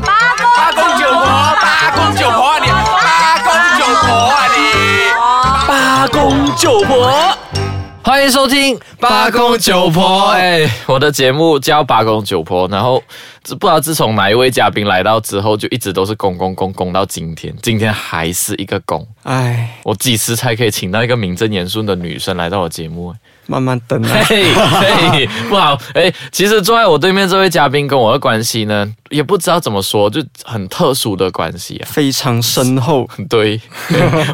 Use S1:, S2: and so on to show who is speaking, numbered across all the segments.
S1: 八公九婆，八公九婆啊你，八公九婆啊你，
S2: 八公九婆，
S3: 欢迎收听《八公九婆》。哎，我的节目叫《八公九婆》，哎然后自不知道自从哪一位嘉宾来到之后，就一直都是公公公公到今天，今天还是一个公。
S2: 哎，
S3: 我几时才可以请到一个名正言顺的女生来到我节目？
S2: 慢慢等啊。
S3: 嘿，嘿，不好。哎，其实坐在我对面这位嘉宾跟我的关系呢，也不知道怎么说，就很特殊的关系啊。
S2: 非常深厚，
S3: 对，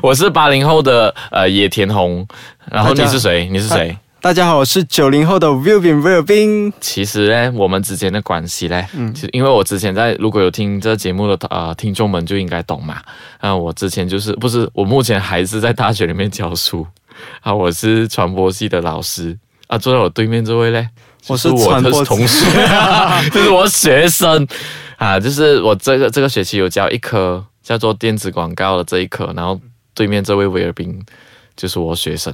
S3: 我是八零后的呃野田红，然后
S2: 大家啊
S3: 你是谁？你是谁？
S2: 大家好，我是九零后的 Will Bin Will Bin。
S3: 其实呢，我们之间的关系呢，
S2: 嗯
S3: 其实因为我之前在如果有听这节目的呃听众们就应该懂嘛。啊、我之前就是不是我目前还是在大学里面教书啊，我是传播系的老师啊，坐在我对面这位呢，
S2: 我
S3: 就是我
S2: 传
S3: 的
S2: 播
S3: 同 学，就是我学生啊，就是我这个这个学期有教一科叫做电子广告的这一科，然后对面这位威尔宾就是我学生，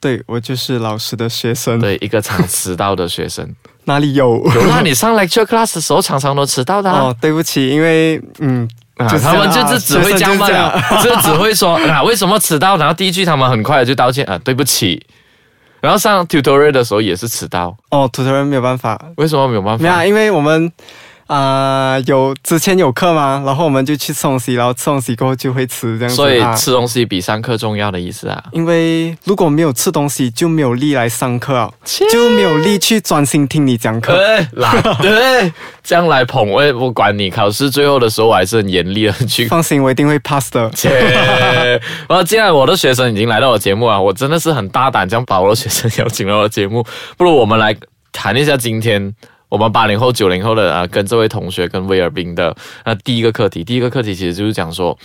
S2: 对我就是老师的学生，
S3: 对一个常迟到的学 生。
S2: 哪里有？
S3: 有啦，你上 lecture class 的时候常常都迟到的、啊。
S2: 哦，对不起，因为嗯，
S3: 啊
S2: 就是这
S3: 他
S2: 样
S3: 们
S2: 啊
S3: 就是只会这样罢了，就 只会说啊为什么迟到，然后第一句他们很快就道歉啊对不起，然后上 tutorial 的时候也是迟到，
S2: 哦，土头人没有办法，
S3: 为什么没有办
S2: 没有、啊，
S3: 法？
S2: 因为我们啊、有之前有课嘛，然后我们就去吃东西，然后吃东西过后就会吃这样子
S3: 所以
S2: 啊
S3: 吃东西比上课重要的意思啊。
S2: 因为如果没有吃东西，就没有力来上课 啊，就没有力去专心听你讲课。
S3: 对，懒，对，这样来捧我也不管你。考试最后的时候，我还是很严厉的 去
S2: 放心，我一定会 pass 的。
S3: 切。然后，既然我的学生已经来到我节目啊，我真的是很大胆，将把我的学生邀请到我的节目。不如我们来谈一下今天我们八零后、九零后的啊、呃跟这位同学跟威尔宾的那、第一个课题。第一个课题其实就是讲说，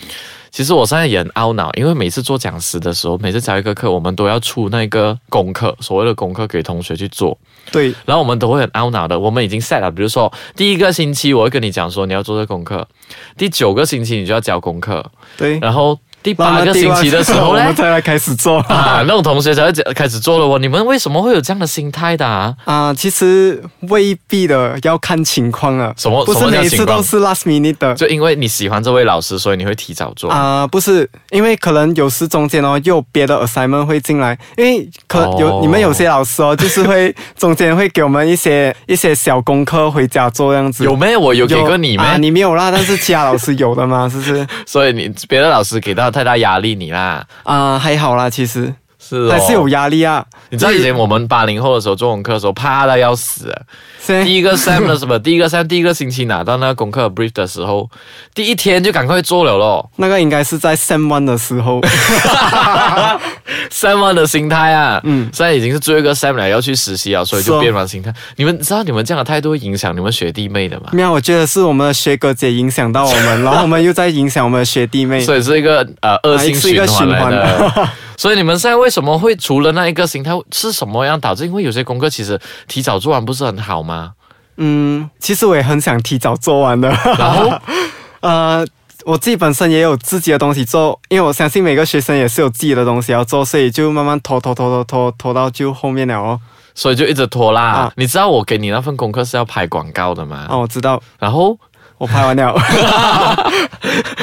S3: 其实我现在也很懊恼，因为每次做讲师的时候，每次教一个课，我们都要出那个功课，所谓的功课给同学去做。
S2: 对，
S3: 然后我们都会很懊恼的，我们已经 set 了，比如说第一个星期我会跟你讲说你要做这功课，第九个星期你就要交功课，
S2: 对。
S3: 然后第
S2: 然后
S3: 八
S2: 呢
S3: 个
S2: 第
S3: 星
S2: 八
S3: 期的时候
S2: 我
S3: 呢
S2: 们，才来开始做 啊、
S3: 啊，那种同学才会讲开始做了哦。你们为什么会有这样的心态的、啊？
S2: 其实未必的，要看情况了。
S3: 什么
S2: 不
S3: 什
S2: 是
S3: 么叫
S2: 每一次
S3: 情况
S2: 都是 last minute 的
S3: 就因为你喜欢这位老师，所以你会提早做。
S2: 啊、不是，因为可能有时中间哦，又有别的 assignment 会进来，因为可能有、
S3: 哦
S2: 你们有些老师哦，就是会中间会给我们一些 一些小功课回家做这样子。
S3: 有没有？我有给过你吗？
S2: 啊？你没有啦，但是其他老师有的嘛，是不是？
S3: 所以你别的老师给到太大压力你啦，
S2: 啊、还好啦，其实
S3: 是、哦、
S2: 还是有。压力啊。
S3: 你知道以前我们八零后的时候做功课的时候，怕的要死。啊
S2: 现在
S3: 第一个 sem 的什么？第一个 sem 第一个星期拿到那个功课 brief 的时候，第一天就赶快做了咯。
S2: 那个应该是在 Sem One 的时候，
S3: 三万的心态啊，嗯
S2: 嗯，
S3: 现在已经是最后一个 sem 了，要去实习啊，所以
S2: 是
S3: 就
S2: 哦
S3: 变完心态。你们知道你们这样的态度会影响你们学弟妹的吗？
S2: 没有，我觉得是我们的学哥姐影响到我们，然后我们又在影响我们的学弟妹。
S3: 所以是一个呃恶性
S2: 是一
S3: 循
S2: 个
S3: 环
S2: 循
S3: 来
S2: 环
S3: 的。 所以你们现在为什么会除了那一个心态是什么样导致？因为有些功课其实提早做完不是很好 吗？
S2: 嗯，其实我也很想提早做完的。
S3: 然后
S2: 呃，我自己本身也有自己的东西做，因为我相信每个学生也是有自己的东西要做，所以就慢慢拖拖拖拖拖拖到就后面了哦。
S3: 所以就一直拖拉。
S2: 啊
S3: 你知道我给你那份功课是要拍广告的吗？
S2: 啊，我知道，
S3: 然后
S2: 我拍 完了。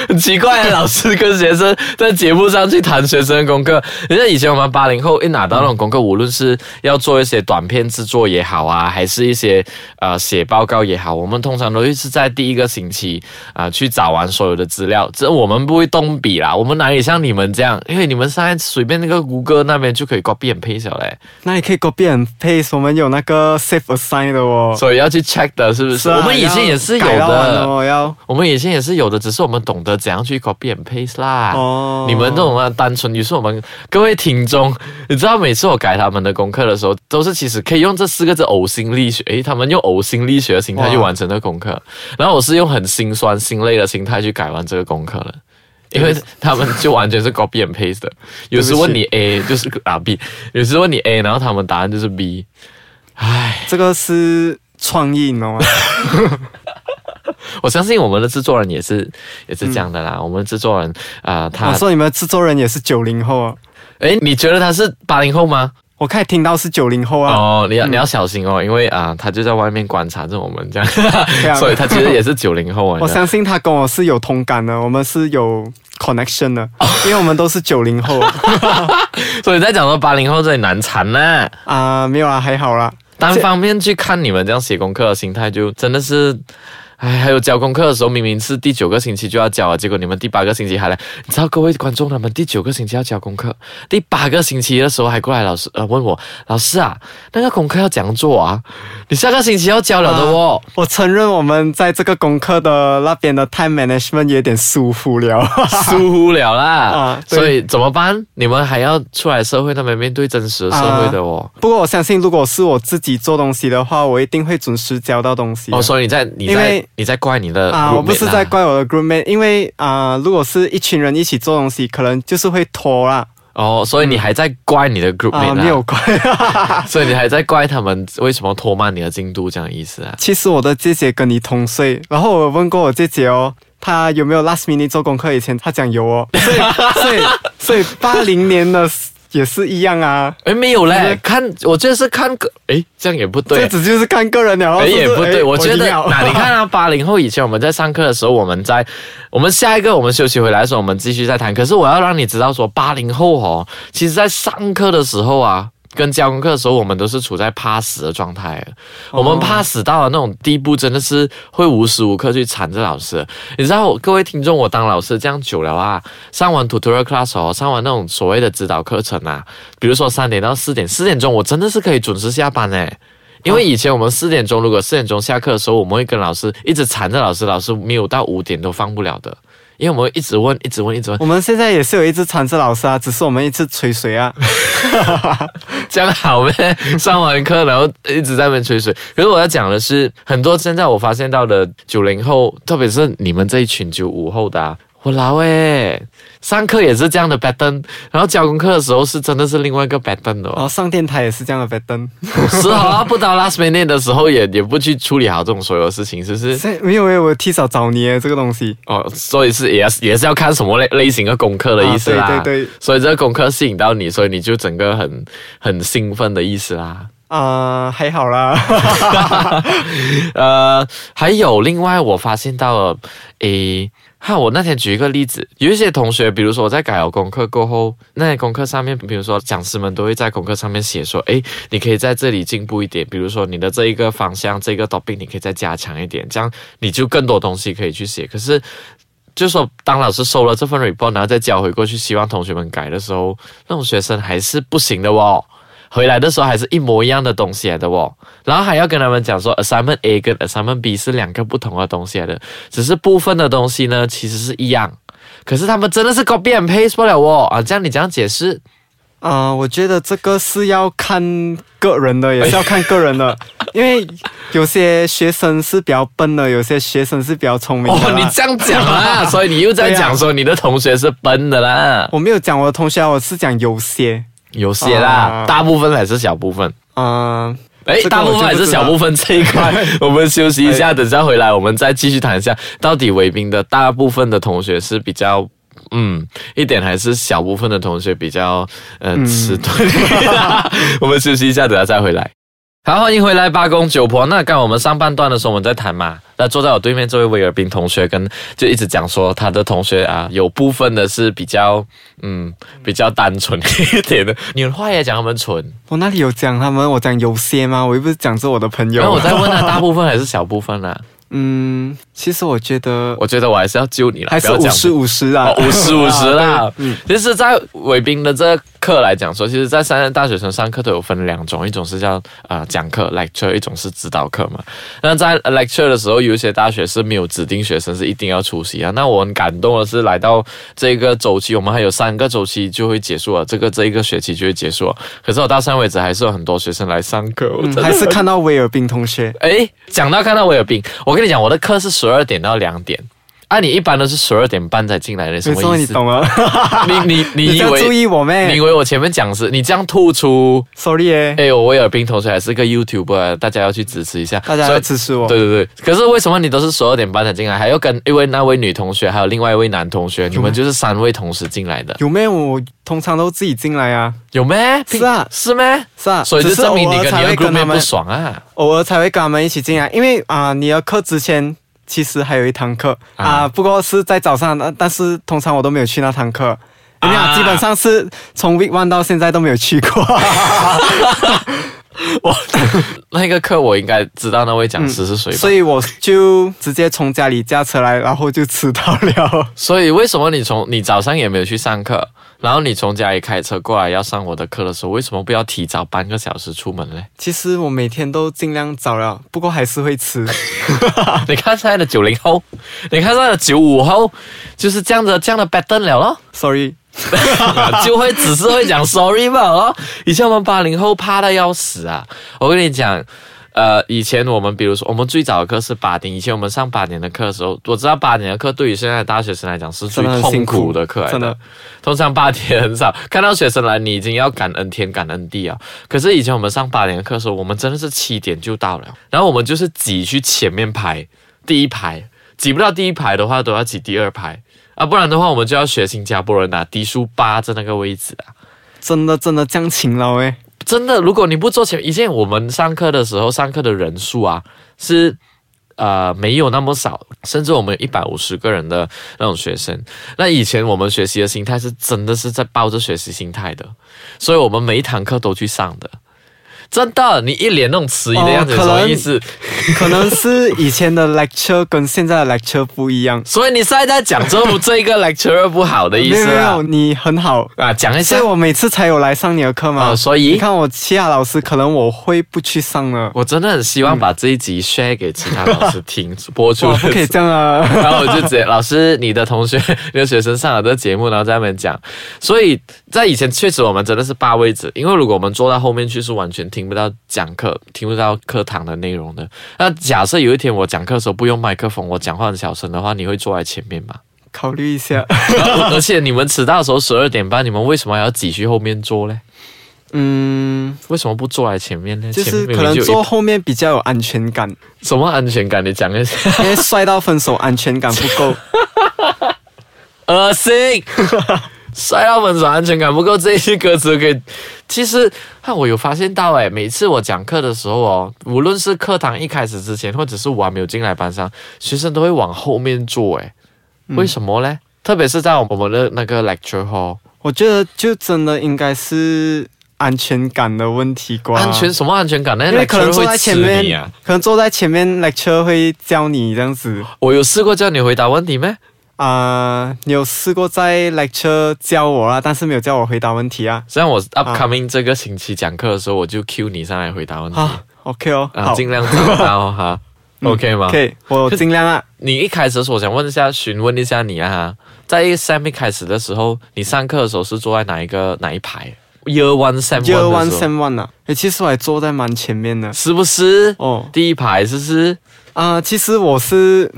S3: 很 奇怪，老师跟学生在节目上去谈学生的功课。人家以前我们八零后一拿到那种功课，无论是要做一些短片制作也好啊，还是一些呃写报告也好，我们通常都是在第一个星期啊、去找完所有的资料。这我们不会动笔啦，我们哪里像你们这样？因为你们现在随便那个谷歌那边就可以 copy and paste 了嘞，
S2: 那你可以 copy and paste，我们有那个 save assign 的哦。
S3: 所以要去 check 的是不是？
S2: 啊
S3: 我们以前也是有
S2: 要改到完
S3: 的。
S2: 哦，要
S3: 我们以前也是有的，只是我们懂得怎样去 copy and paste 啦。
S2: 哦
S3: 啊你们这种啊单纯，于是我们各位听众，你知道每次我改他们的功课的时候，都是其实可以用这四个字呕心沥血，诶，他们用呕心沥血的心态去
S2: 哇
S3: 完成这个功课，然后我是用很心酸、心累的心态去改完这个功课了。因为他们就完全是 copy and paste 的，有时问你 A 就是答 B，有时问你 A，然后他们答案就是 B。唉，
S2: 这个是创意，你懂吗？
S3: 我相信我们的制作人也是也是这样的啦。我们制 作人啊、呃他
S2: 我说你们制作人也是九零后啊。
S3: 诶，你觉得他是八零后吗？
S2: 我开始听到是九零后啊，
S3: 哦，你要你要小心哦，因为啊、他就在外面观察着我们这样，
S2: 啊
S3: 所以他其实也是九零后啊。
S2: 我
S3: 你知道
S2: 相信他跟我是有同感的，我们是有 connection 的，因为我们都是九零后
S3: 所以在讲说八零后这里难缠呢、
S2: 啊、没有啊，还好啦。
S3: 单方面去看你们这样写功课的心态，就真的是。哎，还有交功课的时候，明明是第九个星期就要交了，啊结果你们第八个星期还来。你知道各位观众，他们第九个星期要交功课，第八个星期的时候还过来老师呃问我，老师啊，那个功课要怎样做啊？你下个星期要交了的哦。
S2: 我承认我们在这个功课的那边的 time management 也有点疏忽了。
S3: 疏忽了啦，
S2: 啊对
S3: 所以怎么办？你们还要出来社会那边面对真实的社会的哦。
S2: 不过我相信，如果是我自己做东西的话，我一定会准时交到东西的。
S3: 哦，所以你在你
S2: 啊因
S3: 在
S2: 为
S3: 你在怪你的
S2: 啊，我不
S3: roommate
S2: 是
S3: 啦
S2: 在怪我的 groupmate，因为啊、如果是一群人一起做东西，可能就是会拖啦，
S3: 哦，所以你还在怪你的 group
S2: 啊、
S3: mate 啦
S2: 没有怪。
S3: 所以你还在怪他们为什么拖慢你的进度这样的意思啊？
S2: 其实我的姐姐跟你同岁，然后我有问过我姐姐哦，她有没有 last minute 做功课以前，她讲有哦，所以 所以所以八零年的也是一样啊，
S3: 诶，没有
S2: 不
S3: 嘞
S2: 是，
S3: 看我觉得是看个，诶，这样也不对啊
S2: 这。只就是看个人了。
S3: 诶，
S2: 是是
S3: 哎
S2: 哎
S3: 也不对，
S2: 诶
S3: 我觉得
S2: 赢了
S3: 那你看啊，八零后以前我们在上课的时候，我们在我们下一个我们休息回来的时候，我们继续再谈。可是我要让你知道说，八零后哦，其实在上课的时候啊。跟交功课的时候，我们都是处在怕死的状态，我们怕死到了那种地步，真的是会无时无刻去缠着老师。你知道我，各位听众，我当老师这样久了啊，上完 tutorial class 哦，上完那种所谓的指导课程啊，比如说三点到四点，四点钟我真的是可以准时下班欸诶。因为以前我们四点钟，如果四点钟下课的时候，我们会跟老师一直缠着老师，老师没有到五点都放不了的，因为我们会一直问，一直问，一直问
S2: 我，们现在也是有一只长治老师啊，只是我们一直吹水啊。
S3: 这样好咩？上完课然后一直在那边吹水。可是我要讲的是，很多现在我发现到的九零后，特别是你们这一群九五后的、啊。我老诶，上课也是这样的 pattern，然后交功课的时候是真的是另外一个 pattern 的、哦
S2: 然。后上电台也是这样的 b 灯，
S3: 是啊，不到 last minute 的时候也也不去处理好这种所有的事情，是不是？
S2: 现在没有没有，我提早找你耶这个东西。
S3: 哦，所以是也是也是要看什么类类型的功课的意思啦。
S2: 啊对对对
S3: 所以这个功课吸引到你，所以你就整个很很兴奋的意思啦。
S2: 啊、还好啦，
S3: 呃，还有另外我发现到了，诶。哈，我那天举一个例子，有一些同学，比如说我在改了功课过后，那些功课上面，比如说讲师们都会在功课上面写说，诶，你可以在这里进步一点，比如说你的这一个方向，这个 topic 你可以再加强一点，这样你就更多东西可以去写。可是，就是说当老师收了这份 report，然后再交回过去，希望同学们改的时候，那种学生还是不行的哦。回来的时候还是一模一样的东西来的哦，然后还要跟他们讲说，assignment A 跟 assignment B 是两个不同的东西来的，只是部分的东西呢其实是一样，可是他们真的是 copy and paste 不了哦啊，这样你这样解释，
S2: 啊、我觉得这个是要看个人的，也是要看个 人的，因为有些学生是比较笨的，有些学生是比较聪明的
S3: 哦，
S2: 啦。
S3: 你这样讲 啦，所以你又在讲说你的同学是笨的啦，
S2: 我没有讲我的同学啊，我是讲有些，
S3: 有些啦，
S2: 啊
S3: 大部分还是小部分。
S2: 啊、
S3: 哎，
S2: 这个
S3: 大部分还是小部分这一 块，我们休息一下，等哎下回来我们再继续谈一下，到底韦斌的大部分的同学是比较。嗯，一点还是小部分的同学比较呃迟钝。 我们休息一下，等下再回来。好，欢迎回来八公九婆。那刚我们上半段的时候我们在谈嘛，那坐在我对面这位威尔宾同学跟就一直讲说他的同学啊，有部分的是比较嗯比较单纯一点的，你的话也讲他们蠢，
S2: 我哪里有讲他们？我讲有些吗？我又不是讲是我的朋
S3: 然后
S2: 友
S3: 我。在问他大部分还是小部分啦、
S2: 嗯，其实我觉得
S3: 我觉得我还是要救你了，
S2: 还是
S3: 不
S2: 五
S3: 要
S2: 十
S3: 讲。
S2: 五十啊
S3: 哦，，五十五十啦
S2: 啊。 对嗯
S3: 其实，在韦斌的这个课来讲说，其实，在三大学生上课都有分两种，一种是叫呃讲课 lecture，一种是指导课嘛。那在 lecture 的时候，有一些大学是没有指定学生是一定要出席啊。那我很感动的是，来到这个周期，我们还有三个周期就会结束啊了，这个这一个学期就会结束了。啊可是我到现在为止，还是有很多学生来上课，我真
S2: 嗯
S3: 的
S2: 还是看到威尔宾同学
S3: 哎诶，讲到看到我有病，我跟你讲，我的课是十二点到两点。啊，你一般都是十二点半才进来的，什
S2: 没错，
S3: 么意
S2: 你
S3: 思？
S2: 懂了。
S3: 你 你你以
S2: 在
S3: 为
S2: 注意哎我
S3: 你以
S2: 咩
S3: 为我前面讲是你这样吐出？
S2: ？Sorry 耶、
S3: 哎、我威尔宾同学还是个 YouTube，r 大家要去支持一下，
S2: 大家
S3: 所
S2: 要
S3: 以
S2: 支持我。
S3: 对对对，可是为什么你都是十二点半才进来，还要跟因为那位女同学还有另外一位男同学，你们就是三位同时进来的，
S2: 有咩？我通常都自己进来啊，
S3: 有咩？
S2: 是啊
S3: 是咩？
S2: 是啊，
S3: 所以
S2: 只
S3: 就是证明你
S2: 偶尔
S3: 跟
S2: 才
S3: 你的
S2: 会
S3: group
S2: 跟他
S3: mate 不
S2: 们，
S3: 爽啊。
S2: 偶尔才会跟他们一起进来，因为啊、你的课之前其实还有一堂课
S3: 啊
S2: 啊、不过是在早上，但但是通常我都没有去那堂课。因为啊，
S3: 啊
S2: 基本上是从 week one 到现在都没有 去过。
S3: 那个课我应该知道那位讲师是谁吧？
S2: 所以我就直接从家里驾车来，然后就迟到了。
S3: 所以为什么你从你早上也没有去上课，然后你从家里开车过来要上我的课的时候，为什么不要提早半个小时出门嘞？
S2: 其实我每天都尽量早了，不过还是 会迟。
S3: 你看现在的九零后，你看现在的九五后，就是这样的这样的 pattern 了咯。
S2: Sorry，
S3: 就会只是会讲 sorry 吧哦。以前我们八零后怕的要死啊！我跟你讲，呃，以前我们比如说我们最早的课是八点，以前我们上八点的课的时候，我知道八点的课对于现在的大学生来讲是最
S2: 真的很
S3: 痛
S2: 辛苦
S3: 苦的课来的，
S2: 真的
S3: 通常八点很少看到学生来，你已经要感恩天感恩地啊。可是以前我们上八点的课的时候，我们真的是七点就到了，然后我们就是挤去前面排第一排，挤不到第一排的话，都要挤第二排啊，不然的话我们就要学新加坡人拿低速扒着那个位置啊。
S2: 真的真的降勤欸了诶。
S3: 真的，如果你不坐前，以前我们上课的时候，上课的人数啊是。呃，没有那么少，甚至我们有一百五十个人的那种学生。那以前我们学习的心态是真的是在抱着学习心态的，所以我们每一堂课都去上的。真的，你一脸那种迟疑的样子，
S2: 哦
S3: 有什
S2: 可
S3: 么
S2: 能
S3: 意思？
S2: 哦可能是以前的 lecture 跟现在的 lecture 不一样。
S3: 所以你现在在讲这不这一个 lecturer 不好 的意
S2: 没有
S3: 思
S2: 没
S3: 啊
S2: 有，？你很好，
S3: 啊，讲一下
S2: 所以我每次才有来上你的课嘛。
S3: 哦所以
S2: 你看我其他老师，可能我会不去上 了。
S3: 我真的很希望把这一集 share 给其他老师听，播出
S2: 哇，
S3: 的
S2: 不可
S3: 时
S2: 以
S3: 候
S2: 这样啊！
S3: 然后我就直接，老师，你的同学、你的学生上了这个节目，然后在那边讲。所以在以前，确实我们真的是霸位置，因为如果我们坐到后面去，是完全听不到讲课、听不到课堂的内容的。那假设有一天我讲课的时候不用麦克风，我讲话很小声的话，你会坐在前面 吗？
S2: 考虑 一下。
S3: 然后而且你们迟到的时候十二点半，你们为什么还要挤去后面坐嘞？
S2: 嗯，
S3: 为什么不坐在前面呢？
S2: 就是
S3: 前面
S2: 可能
S3: 明明就有
S2: 坐
S3: 一
S2: 后面比较有安全感，
S3: 什么安全感？你讲一下。
S2: 因为摔到分手安全感不 够。
S3: 恶心。摔到分手安全感不够，这一句歌词给，其实啊，我有发现到哎，每次我讲课的时候哦，无论是课堂一开始之前，或者是我还没有进来班上，学生都会往后面坐哎，
S2: 嗯
S3: 为什么呢？特别是在我们的那个 lecture hall，、
S2: 我觉得就真的应该是安全感的问题啩。
S3: 安全。什么安全感呢？
S2: 因为可能
S3: lecturer
S2: 坐
S3: 会
S2: 在前
S3: 吃你
S2: 面，
S3: 啊！
S2: 可能坐在前面 lecture 会教你这样子
S3: 我有试过叫你回答问题咩？
S2: 啊、你有试过在 lecture 教我啊，但是没有叫我回答问题啊？
S3: 像我 upcoming 这个星期讲课的时候，我就 Q 你上来回答问题
S2: 啊，OK 哦，
S3: 啊，
S2: 好嗯
S3: 尽量啊找到哈，OK 吗？
S2: 可以，我尽量啊。
S3: 你一开始的时候，我想问一下，询问一下你啊，在 Sam 一开始的时候，你上课的时候是坐在哪一个哪一排？Year One Sam
S2: Year
S3: one
S2: one
S3: 的时候
S2: sem one 啊，诶，其实我还坐在蛮前面的
S3: 是不是？
S2: 哦
S3: 第一排是不是？
S2: 啊、其实我是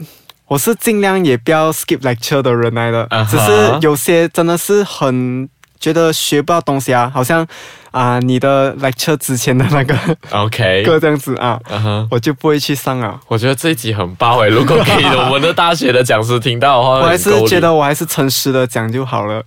S2: 我是尽量也不要 skip lecture 的人来的
S3: 啊哈
S2: 只是有些真的是很觉得学不到东西啊，好像啊、你的 lecture 之前的那个
S3: OK，
S2: 课这样子啊，
S3: 嗯哼
S2: 我就不会去上啊。
S3: 我觉得这一集很爆诶、如果给我们的大学的讲师听到的话，
S2: 我还
S3: 很
S2: 是
S3: 哦够力
S2: 觉得我还是诚实的讲就好了。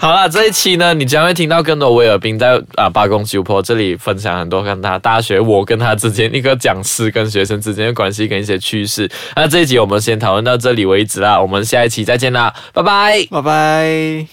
S3: 好了，这一期呢，你将会听到更多威尔宾在啊八公九婆这里分享很多跟他大学我跟他之间一个讲师跟学生之间的关系跟一些趋势。那这一集我们先讨论到这里为止啦，我们下一期再见啦，拜拜。
S2: 拜拜。